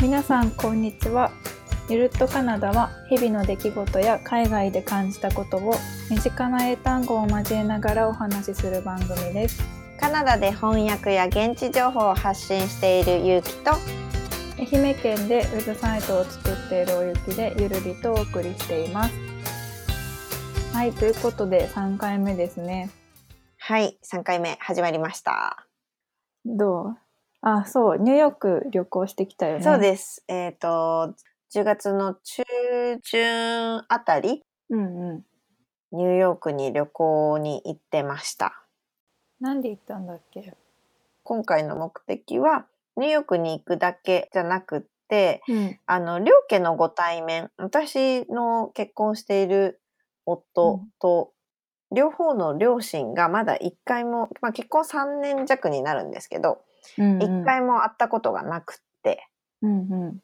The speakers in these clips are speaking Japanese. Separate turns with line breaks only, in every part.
皆さんこんにちはゆるっとカナダは日々の出来事や海外で感じたことを身近な英単語を交えながらお話しする番組です
カナダで翻訳や現地情報を発信しているゆうきと
愛媛県でウェブサイトを作っているおゆきでゆるりとお送りしていますはいということで3回目ですね
はい3回目始まりました、
どうあそうニューヨーク旅行してきたよね
そう
す
ですえっ、と10月の中旬あたり
うんうん
ニューヨークに旅行に行ってました
なんで行ったんだっけ
今回の目的はニューヨークに行くだけじゃなくって
うん
あの両家のご対面私の結婚している夫と、両方の両親がまだ一回も、まあ、結婚3年弱になるんですけど
うん
一、回も会ったことがなくって
うん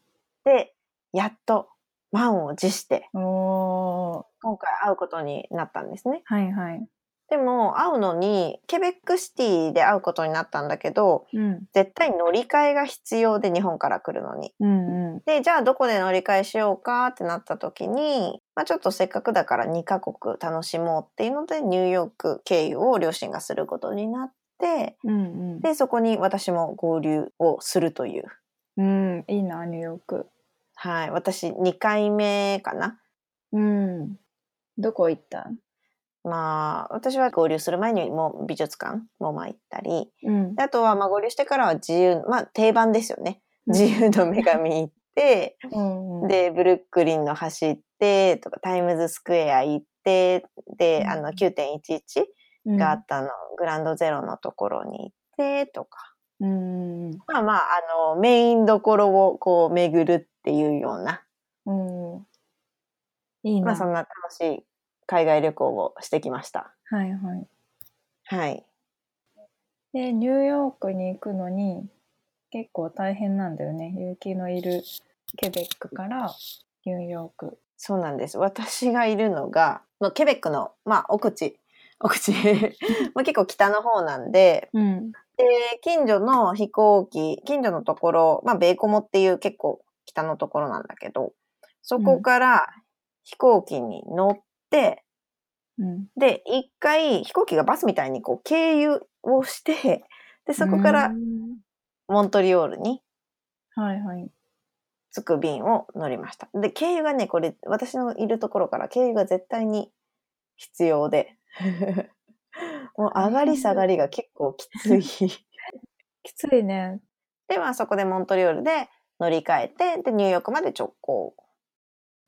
でやっと満を持して
うんおー
今回会うことになったんですね。
はいはい
でも会うのにケベックシティで会うことになったんだけど
うん
絶対乗り換えが必要で日本から来るのに。
うんうん
でじゃあどこで乗り換えしようかってなった時に、まあ、ちょっとせっかくだから2カ国楽しもうっていうのでニューヨーク経由を両親がすることになって
うんうん
でそこに私も合流をするという、
うん、いいな、ニューヨーク。
はい、私2回目かな
うん。どこ行った
まあ私は合流する前にもう美術館もまあ行ったり
うん
で。あとはまあ合流してからは自由まあ定番ですよね自
自
由の女神行って
由、
で、ブルックリンの走って、とか、タイムズスクエア行って、で、あの、9.11
うん、
があったあの、グランドゼロのところに行って、とか。
うん。うん。
まあまあ、あの、メインどころをこう、巡るっていうような、
うんいいな。
まあそんな楽しい海外旅行をしてきました。
はいはい。
はい。
で、ニューヨークに行くのに、結構大変なんだよね。結城のいるケベックからニューヨーク。
そうなんです。私がいるのが、まあケベックの、まあ、奥地。奥地。 まあ結構北の方なんで、
うん。
で、近所の飛行機、近所のところ、まあ、ベイコモっていう結構北のところなんだけど、そこから飛行機に乗って、
うん。
で、一回飛行機がバスみたいにこう経由をして、で、そこから
うん
モントリオールに
はいはい。
着く便を乗りました。で、経由がね、これ、私のいるところから経由が絶対に必要で、 もう上がり下がりが結構きつい。
きついね。
で、まあそこでモントリオールで乗り換えて、で、ニューヨークまで直行。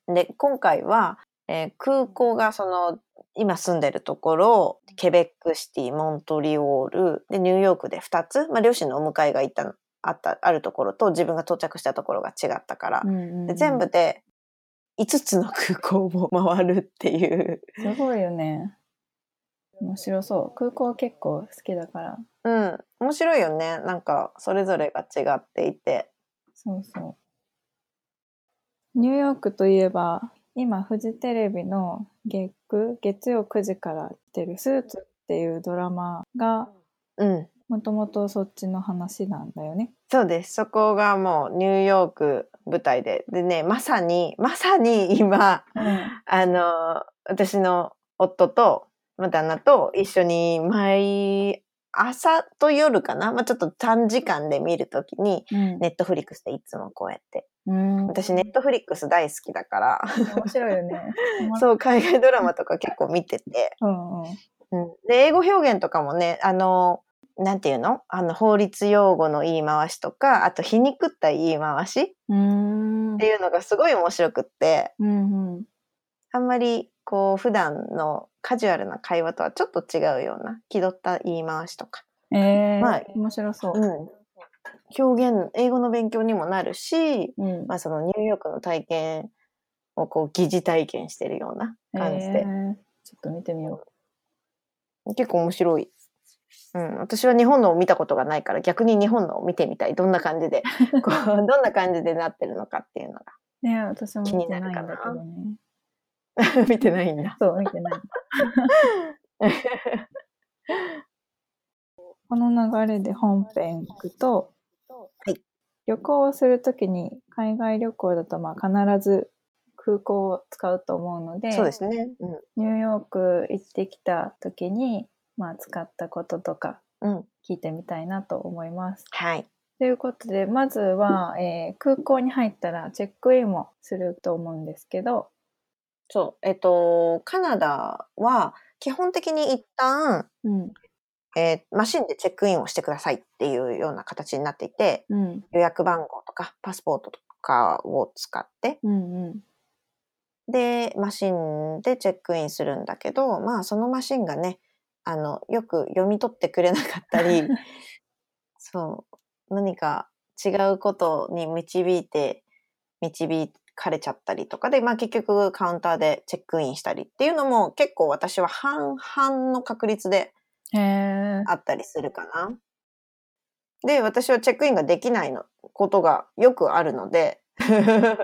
で、今回は、えー空港がその、今住んでるところ、ケベックシティ、モントリオール、で、ニューヨークで2つ、まあ両親のお迎えがいった、あった、あるところと自分が到着したところが違ったから、
うんう
で
ん
全部。で5つの空港を回るっていう。
すごいよね。面白そう。空港結構好きだから。
うん、面白いよね。なんか、それぞれが違っていて。
そうそう。ニューヨークといえば、今、フジテレビの月9、月曜9時からやってるスーツっていうドラマが、
うん。
もともとそっちの話なんだよね。
そうです。そこがもうニューヨーク舞台で。でね、まさに、まさに今、
うん。
あの、私の夫と、まあ旦那と一緒に毎朝と夜かな、まあ、ちょっと短時間で見るときに、
うん。
ネットフリックスでいつもこうやって。
うん、面
私ネットフリックス大好きだから、
白いよ ね。
そう、海外ドラマとか結構見てて。
うんうん。
うん、で、英語表現とかもね、あの、なんていうのあの、法律用語の言い回しとか、あと皮肉った言い回し
うん。
っていうのがすごい面白くって
うんうん。
あんまりこう普段のカジュアルな会話とはちょっと違うような気取った言い回しとか、
えー
まあ
面白そうう。
ん、表現英語の勉強にもなるし、
うん。
まあ、そのニューヨークの体験をこう疑似体験してるような感じ
え
で、
ーちょっと見てみよ
結構面白い、うん、私は日本のを見たことがないから逆に日本のを見てみたいどんな感じでこ うどんな感じでなってるのかっていうの
う。ね私も
気
見
に
てな
な
い
る
んだ
か
け
な
どね。
が見てないんだ。
そう、見て ない。この流れで本編行くと、
はい
旅行をするときに海外旅行だとまあ必ず空港を使うと思うので
そうですね。うん。
ニューヨーク行ってきたときに、まあ、使ったこととか
うん。
聞いてみたいなと思います。
はい。
ということでまずは、えー空港に入ったらチェックインもすると思うんですけど
そう。えっと、カナダは基本的に一旦、
うん
えーマシンでチェックインをしてくださいっていうような形になっていて、
うん
予約番号とかパスポートとかを使って、
うんうん
で、マシンでチェックインするんだけど、まあそのマシンがね、あの、よく読み取ってくれなかったり、そう、何か違うことに導いて、導かれちゃったりとかで、まあ結局カウンターでチェックインしたりっていうのも結構私は半々の確率で
へえ
あったりするかな。で、私はチェックインができないのことがよくあるので、 よ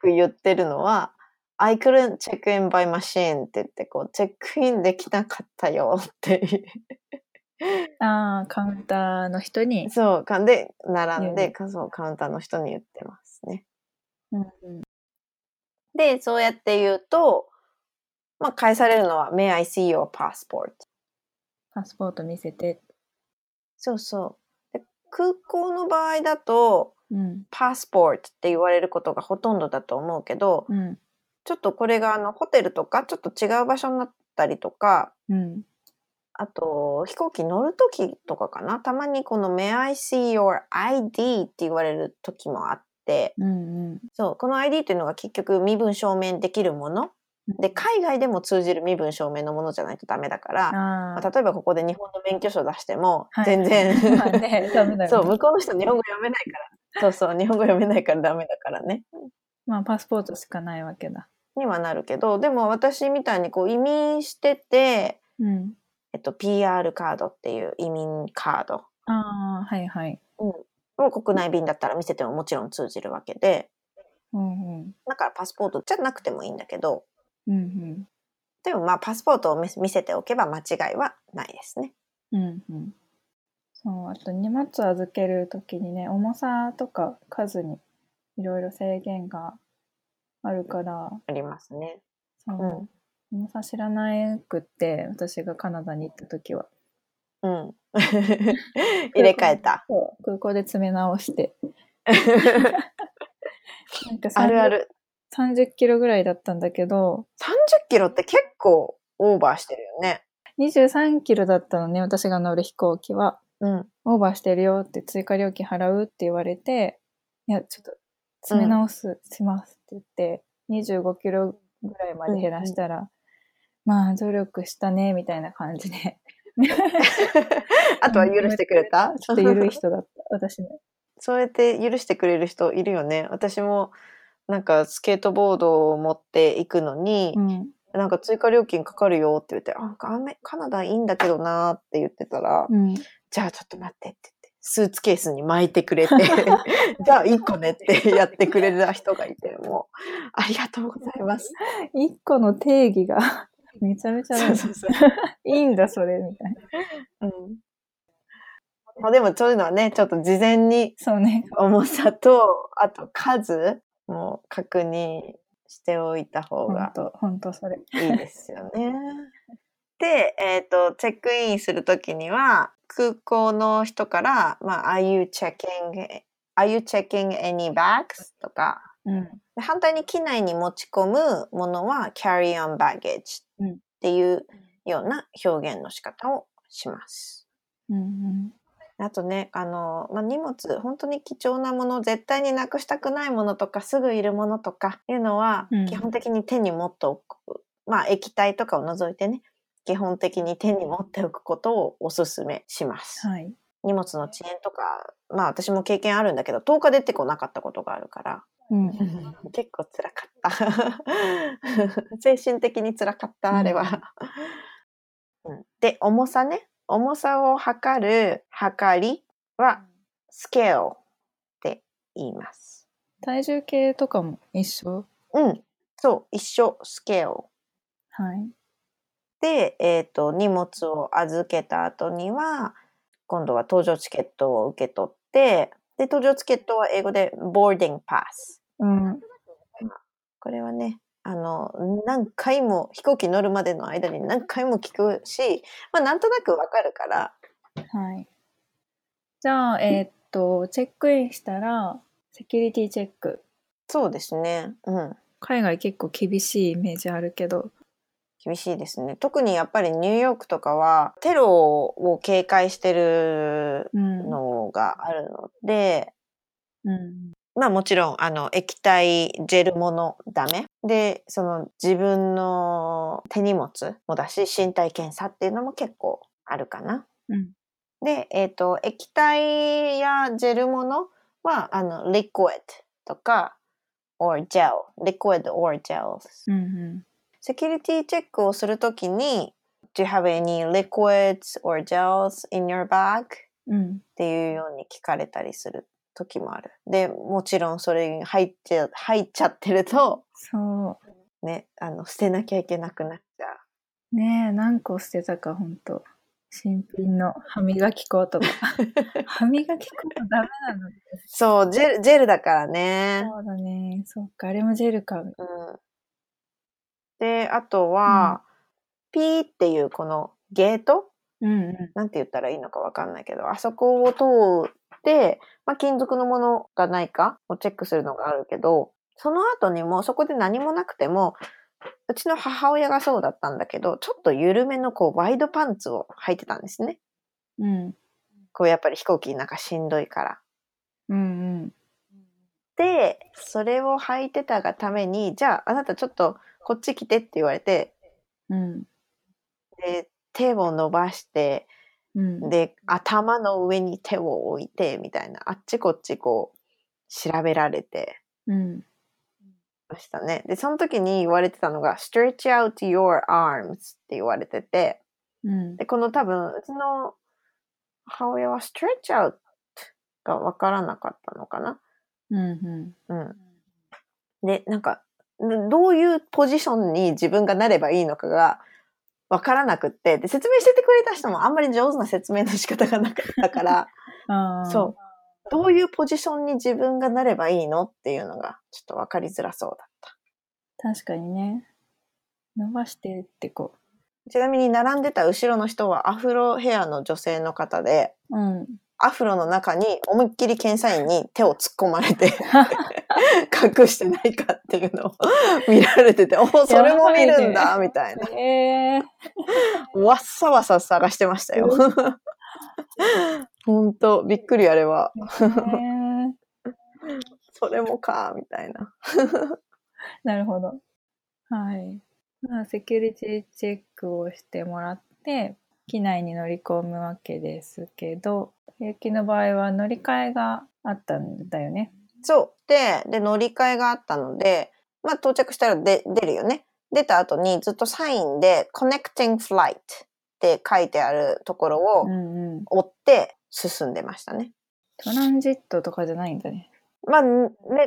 く言ってるのは、I couldn't check in by machine って言って、こう、チェックインできなかったよ っていう
あーカウンターの人に、
そう、かんで、並ん
言う
で、
ね
かそうカウンターの人に言ってますね。
うん
で、そうやって言うと、まあ、返されるのは、May I see your passport?
パスポート見せて、
そうそう。で空港の場合だと、
うん
パスポートって言われることがほとんどだと思うけど、
うん
ちょっとこれがあのホテルとかちょっと違う場所になったりとか、
うん、
あと飛行機乗るときとかかな。たまにこの May I see your ID って言われるときもあって、
うんうん
そう、この ID っていうのが結局身分証明できるもの。で、海外でも通じる身分証明のものじゃないとダメだから、
あ
ま
ー
あ例えばここで日本の免許証出しても
はい
全然、
まあねダメだよね
そう、向こうの人日本語読めないから。そうそう、日本語読めないからダメだからね。
まあパスポートしかないわけだ。
にはなるけど、でも私みたいにこう移民してて、
うん、
えっと、PR カードっていう移民カード
ああはいはい。
を国内便だったら見せてももちろん通じるわけで、
うんうん
だからパスポートじゃなくてもいいんだけど、
うん
でもまあパスポートを見見せておけば間違いはないですね。
うんうんうん。そうあと荷物預けるときにね重さとか数にいろいろ制限があるから
ありますね。
そうの
ん。
重さ知らなくって私がカナダに行ったときは
うん。入れ替えた。
そう空港で詰め直してなんか
あるあ
30
る。
30キロぐらいだったんだけど
30キロって結構オーバーしてるよね。
23キロだったのね私が乗る飛行機は。
うん。
オーバーしてるよって追加料金払うって言われて、いや、ちょっと詰め直す、しますって言って、25キロぐらいまで減らしたら、まあ、努力したね、みたいな感じで。
あとは許してくれた
ちょっと緩い人だった、私ね。
そうやって許してくれる人いるよね。私もなんかスケートボードを持っていくのに、
うん。
なんか追加料金かかるよって言って、あ、カメカナダいいんだけどなーって言ってたら、
うん。
じゃあちょっと待ってって言って、スーツケースに巻いてくれ て、じゃあ1個ねってやってくれた人がいて、もう、ありがとうございます。
一個の定義が、 めちゃめちゃ
そ
なん
う
か
そうそう。
いいんだ、それ、みたいな。
うんまあ、でもそういうのはね、ちょっと事前に
そうね。
重さと、あと数も確認しておいた方
ほ
が
んと、ほんとそれ。
いいですよね。で、えっ、と、チェックインするときには、空港の人から、まあ、Are you checking, are you checking any bags? とか、
うん。
で反対に機内に持ち込むものは、carry on baggage
うん
っていうような表現の仕方をします。
うん
あとね、あの、まあ、荷物、本当に貴重なもの、絶対になくしたくないものとか、すぐいるものとかいうのは、
うん
基本的に手に持っておく。まあ、液体とかを除いてね、基本的に手に持っておくことをおすすめします
うん。。はい。
荷物の遅延とか、まあ、私も経験あるんだけど、10日出てこなかったことがあるから、
うん。
結構辛かった。 精神的に辛かっ
うん
た、あれは。うんで、重さね。重さを測る測りは、スケールって言います。
体重計とかも一緒
うん。そう、一緒、スケール。
はい。
で、えっ、と、荷物を預けた後には、今度は搭乗チケットを受け取って、でで、搭乗チケットは英語で boarding pass。
うん。
これはね、あの、何回も飛行機乗るまでの間に何回も聞くし、まあなんとなくわかるから、
はい。じゃあ、えーっと、チェックインしたら、セキュリティチェック。
そうですね。うん。
海外結構厳しいイメージあるけど。
厳しいですね。特にやっぱりニューヨークとかはテロを警戒してる
うん。
のがあるので、
うん。
まあもちろん、あの、液体、ジェルものダメ。で、その自分の手荷物もだし、身体検査っていうのも結構あるかな。
うん。
で、えっ、と、液体やジェルものは、あの、liquid とか、or gel, liquid or gels
うん。うん
セキュリティチェックをするときに、Do you have any liquids or gels in your bag? っ。
うん
ていうように聞かれたりする時もある。で、もちろんそれに入っちゃ入っちゃってると、
そ
ね、あの、捨てなきゃいけなくなっちゃう。
う。ねえ、何個捨てたか、ほんと。新品の歯磨き粉と か。歯磨き粉もダメなの
そう、ジェル、ジェルだからね。
そうだね。そっか、あれもジェルか。
うん。で、あとは、ピーっていうこのゲート
うんう
なんて言ったらいいのかわかんないけど、あそこを通って、まあ、金属のものがないかをチェックするのがあるけど、その後にもそこで何もなくても、うちの母親がそうだったんだけど、ちょっと緩めのこうワイドパンツを履いてたんですね。
ん。うん。
こうやっぱり飛行機なんかしんどいから。
うんうん。
で、それを履いてたがために、じゃああなたちょっとこっち来てって言われて、
うん。
で、手を伸ばして、
うん。
で頭の上に手を置いてみたいなあっちこっちこう調べられて
うん。
ましたねでその時に言われてたのが「stretch out your arms」って言われてて
うん。
でこの多分うちの母親は「stretch out」が分からなかったのかな
うん。
うんでなんかんどういうポジションに自分がなればいいのかが分からなくってで説明しててくれた人もあんまり上手な説明の仕方がなかったから
ああ。
そう。どういうポジションに自分がなればいいのっていうのが、ちょっとわかりづらそうだ。
確かにね。伸ばしてってこ
ちなみに並んでた後ろの人はアフロヘアの女性の方で、
う。 うん。
アフロの中に思いっきり検査員に手を突っ込まれ て隠してないかっていうのを見られてて、おお、それも見るんだみたいな。
ええ
わっさわさ探してましたよ。 ほんと、びっくりあれは。
ー。
それもか、みたいな。
なるほど。はい。まあ、セキュリティチェックをしてもらって、機内に乗り込むわけですけど、ゆきの場合は乗り換えがあったんだよね。
そう。で、で、乗り換えがあったので、まあ到着したらで出るよね。出た後にずっとサインで Connecting Flight って書いてあるところ
う
を
んうん。
追って進んでましたね。
トランジットとかじゃないんだね。
まあ、ね、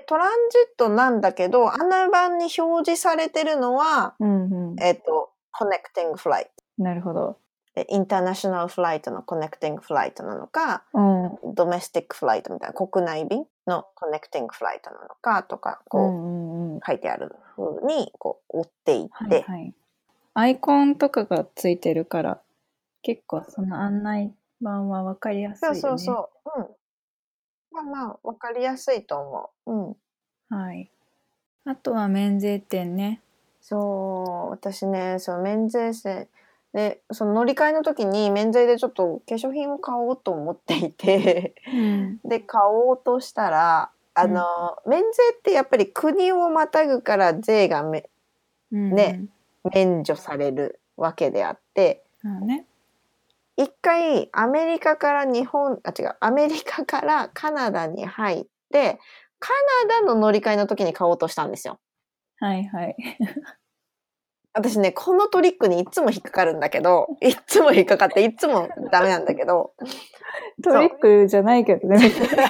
トランジットなんだけど、穴番に表示されてるのは、
うんうん。
えっ、と、Connecting Flight。
なるほど。
でインターナショナルフライトの Connecting Flight なのか、
うん。う
ドメスティックフライトみたいな国内便の Connecting Flight なのかとか、こう、
んうんうん。
書いてある風にこう追っていって、
はいはい。アイコンとかがついてるから、結構その案内板はわかりやすい
そ
よ
う
ね。
そうそう、うん、まあまあ分かりやすいと思う、うん、
はい。あとは免税店ね。
そう私ねそう免税制でその乗り換えの時に免税でちょっと化粧品を買おうと思っていて
うん。
で買おうとしたらあの、免税ってやっぱり国をまたぐから税がめね免除されるわけであって
うん。まあね。
一回アメリカから日本あ違うアメリカからカナダに入ってカナダの乗り換えの時に買おうとしたんですよ。
はいはい。
私ねこのトリックにいつも引っかかるんだけどいつも引っかかっていつもダメなんだけど
トリックじゃないけどね。
アメリカから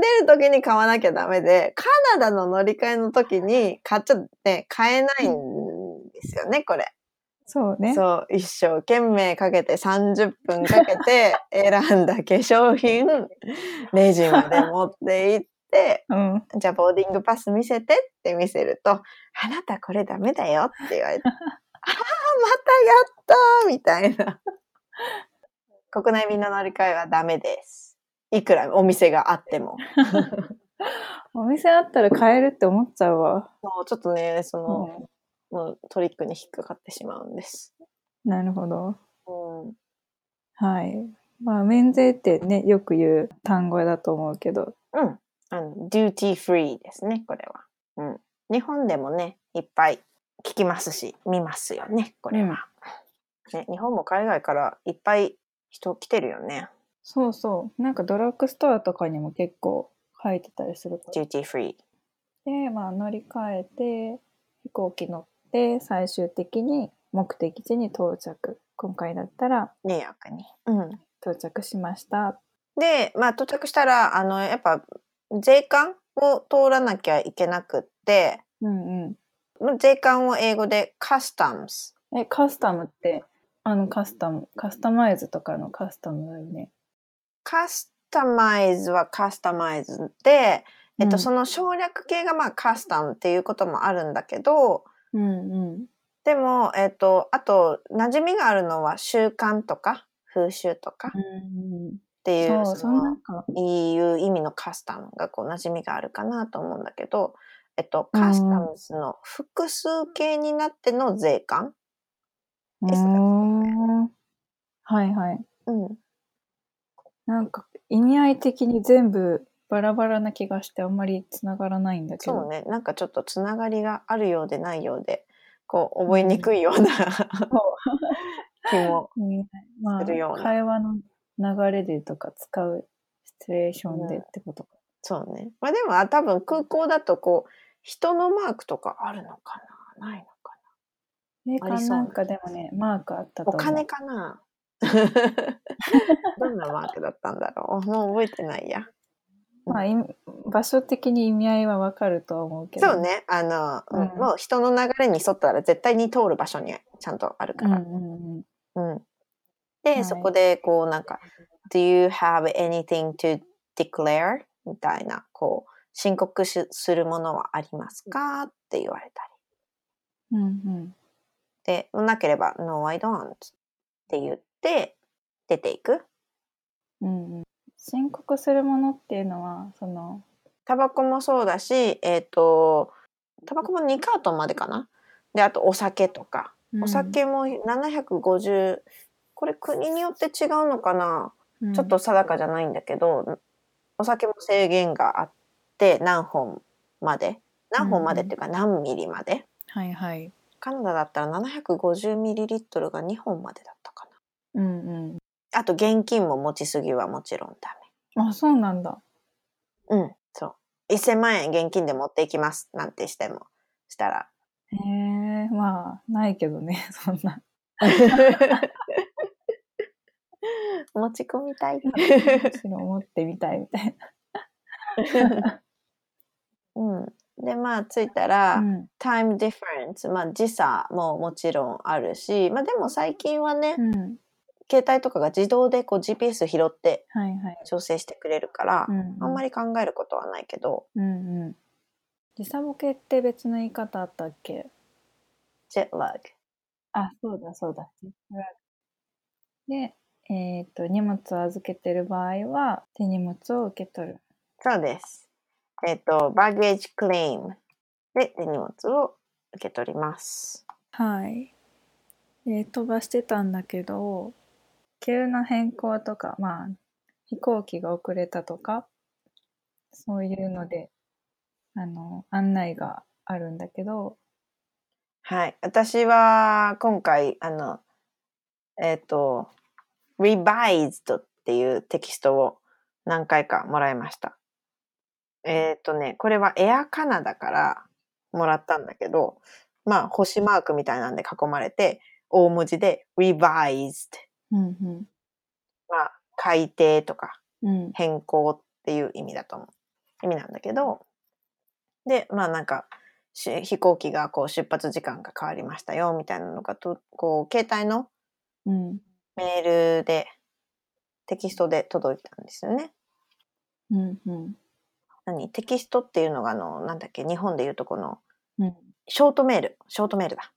出る時に買わなきゃダメでカナダの乗り換えの時に買っちゃって買えないんですよねこれ。
そうね。
そう、一生懸命かけて30分かけ て選んだ化粧品、レジまで持って行って、
うん。
じゃあボーディングパス見せてって見せると、あなたこれダメだよって言われ て、ああ、またやったーみたいな。国内便の乗り換えはダメです。いくらお店があっても。
お店あったら買えるって思っちゃうわ。
そうちょっとね、その、
う
もうトリックに引っかかってしまうんです。
ん、なるほど。
うん。
はい。まあ、免税ってね、よく言う単語だと思うけど。
うん。あの、デューティーフリーですね、これは。うん。日本でもね、いっぱい聞きますし、見ますよね、これは。ね、日本も海外からいっぱい人来てるよね。
そうそう。なんかドラッグストアとかにも結構書いてたりするから
デューティーフリー。
で、まあ、乗り換えて飛行機乗って最終的に目的地に到着今回だったら
ニューヨークに。うん。
到着しました
で、まあ、到着したら、あの、やっぱ、税関を通らなきゃいけなくって、
うんう
税関を英語でカスタムス。
んえカスタムってあのカスタムカスタマイズとかのカスタムだよね
カスタマイズはカスタマイズで、えっと、
うん
その省略形がまあカスタムっていうこともあるんだけど、
うんうん
でも、えっと、あと、馴染みがあるのは習慣とか風習とかっ
うんうん
ていう、
そうそ
そ
のな
の
んか
いう意味のカスタムがこう馴染みがあるかなと思うんだけど、えっと、カスタムズの複数形になっての税関、
う
ですね
ーんはいはい
うん、
なんか意味合い的に全部バラバラな気がしてあんまりつながらないんだけど
そうねなんかちょっとつながりがあるようでないようでこう覚えにくいような 気も
うんまあ、
するような
会話の流れでとか使うシチュエーションでってことか。
そうね。まあでもあ多分空港だとこう人のマークとかあるのかなないのか
メー
あ
カ
り
ー
そう
なんかでもね、マークあった
な
と
お
思う。
金かな どんなマークだったんだろうもう覚えてないや。
まあ、い場所的に意味合いはわかるとは思うけど。
そう。ね。あの、うん
うん
もう人の流れに沿ったら絶対に通る場所にちゃんとあるか
うん
ら。
うんうん。
うんで、
はい
そこでこうなんか「Do you have anything to declare?」みたいなこう申告しするものはありますかって言われた
うんうん。
りでなければ「No I don't」って言って出ていく
うんうん。申告するものっていうのは、その、
タバコもそうだしえっ、とタバコも2カートンまでかなであとお酒とかお酒も750、これ国によって違うのかな
うん、
ちょっと定かじゃないんだけど、お酒も制限があって、何本まで。何本までっていうか何ミリまで。
はいはい。
カナダだったら750ミリリットルが2本までだったか
うん
な。あと現金も持ちすぎはもちろんダ
うん。あ、そうなんだ。
メ。うん、そう。1000万円現金で持っていきます。なんてしても。した ら。
へえ、まあ、ないけどね、 そんな。
持ち込 みたい。
むしろ思ってみたいみたい
うん。で、まあ、着いた
な。
ら、
うん。
time difference まあ時差ももちろんあるし、まあ、でも最近はね、
うん。
携帯とかが自動でこう GPS 拾って
はいはい。
調整してくれるから、あんま
り。
り考えることはないけど
うんうん。時差ボケって別の言い方あったっけ
jet lag
あ、そうだそうだ。で、えっ、と、荷物を預けてる場合は、手荷物を受け取る。
そうですえっ、と baggage claim で手荷物を受け取ります
はい。で、飛ばしてたんだけど、急な変更とか、まあ、飛行機が遅れたとか、そういうので、あの、案内があるんだけど、
はい私は今回あのえっ、と revised っていうテキストを何回かもらいましたえっ、とねこれはエアカナダからもらったんだけどまあ星マークみたいなんで囲まれて大文字で revised
うんうん。
まあ改訂とか
うん。
変更っていう意味だと思う。意味なんだけど、で、まあなんか、し飛行機がこう出発時間が変わりましたよみたいなのがとこう携帯の
うん。
メールでテキストで届いたんですよね。
うん。うん。
何テキストっていうのがあのなんだっけ日本でいうとこの
うん。
ショートメールショートメールだ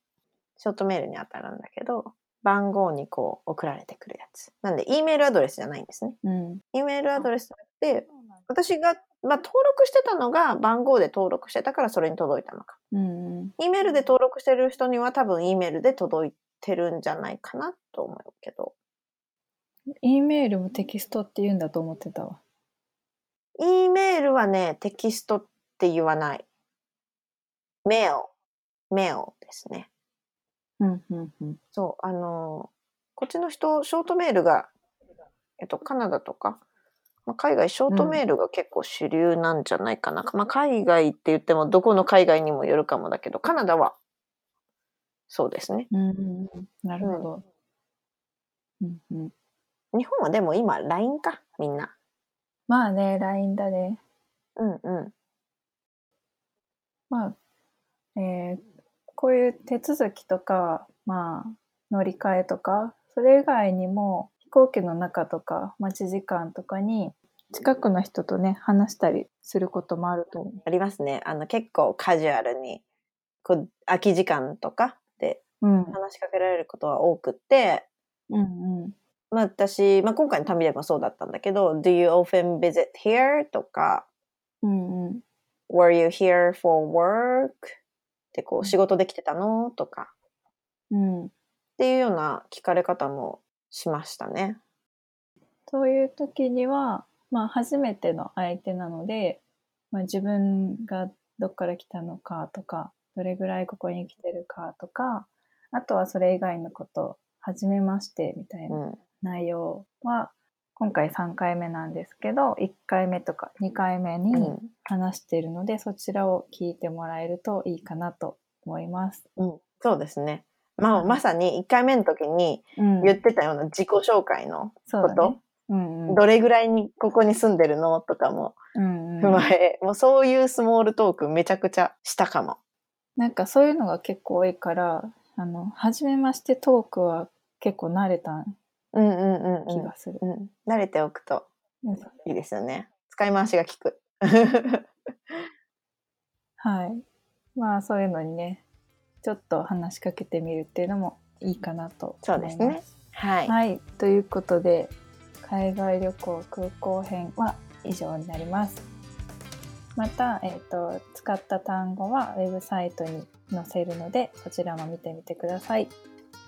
ショートメールに当たるんだけど番号にこう送られてくるやつなんで E メールアドレスじゃないんですね
うん。
E メールアドレスって私が、まあ、登録してたのが番号で登録してたからそれに届いたのか
うん。うん。
E メールで登録してる人には多分 E メールで届いてるんじゃないかなと思うけど
E メールもテキストって言うんだと思ってたわ。
E メールはねテキストって言わないメールメールですね
うん。うん。うん。
そう、あのーこっちの人、ショートメールが、えっと、カナダとか、まあ、海外、ショートメールが結構主流なんじゃないかな。まあ、海外って言っても、どこの海外にもよるかもだけど、カナダは、そうですね。
うんうんうん。なるほど。うん。うん。
日本はでも今、LINE か、みんな。
まあね、LINE だね。
うんうん。
まあ、えーこういう手続きとか、まあ、乗り換えとか、それ以外にも、飛行機の中とか、待ち時間とかに、近くの人とね、話したりすることもあると思
ありますね。あの、結構カジュアルに、こう、空き時間とかで
う。うん。
話しかけられることは多くって、
うんうん。
まあ私、まあ今回の旅でもそうだったんだけど、Do you often visit here? とか、
うんうん。
Were you here for work? ってこ
うん
う仕事できてたのとか
うん。
っていうような聞かれ方もしましたね。。
そういう時には、まあ、初めての相手なので、まあ、自分がどっから来たのかとか、どれぐらいここに来てるかとか、あとはそれ以外のこと、はじめましてみたいうなん内容は、今回3回目なんですけど、1回目とか2回目
う
に
ん。
話しているので、そちらを聞いてもらえるといいかなと思います。
うん、そうですね。まあ
うん
まさに1回目の時に
うん
言ってたような自己紹介の
そう
こ
だ
と、
ね。うんうん。
どれぐらいにここに住んでるのとかも
うんうん
踏まえ、もうそういうスモールトークめちゃくちゃしたかも。
なんかそういうのが結構多いから、あの、初めましてトークは結構慣れた
うんうんうん
気がする。
うん。うん、慣れておくと
うん
いいですよね。使い回しが効く。
はい。まあそういうのにね、ちょっと話しかけてみるっていうのもいいかなと
そ
思
う
いま。
ですすね。はい。
はい。ということで、海外旅行空港編は以上になります。また、えっ、と、使った単語はウェブサイトに載せるので、そちらも見てみてください。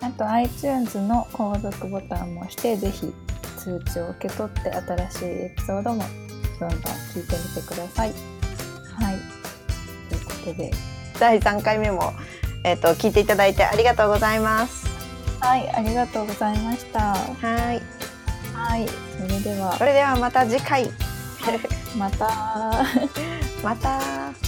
あと、iTunes の購読ボタンも押して、ぜひ通知を受け取って、新しいエピソードもどんどん聞いてみてください。はい。ということで、
第3回目も、えっと聞いていただいてありがとうございます。
はい、ありがとうございました。
はい。
はい。それでは
そ、れではまた次回。
また。
また。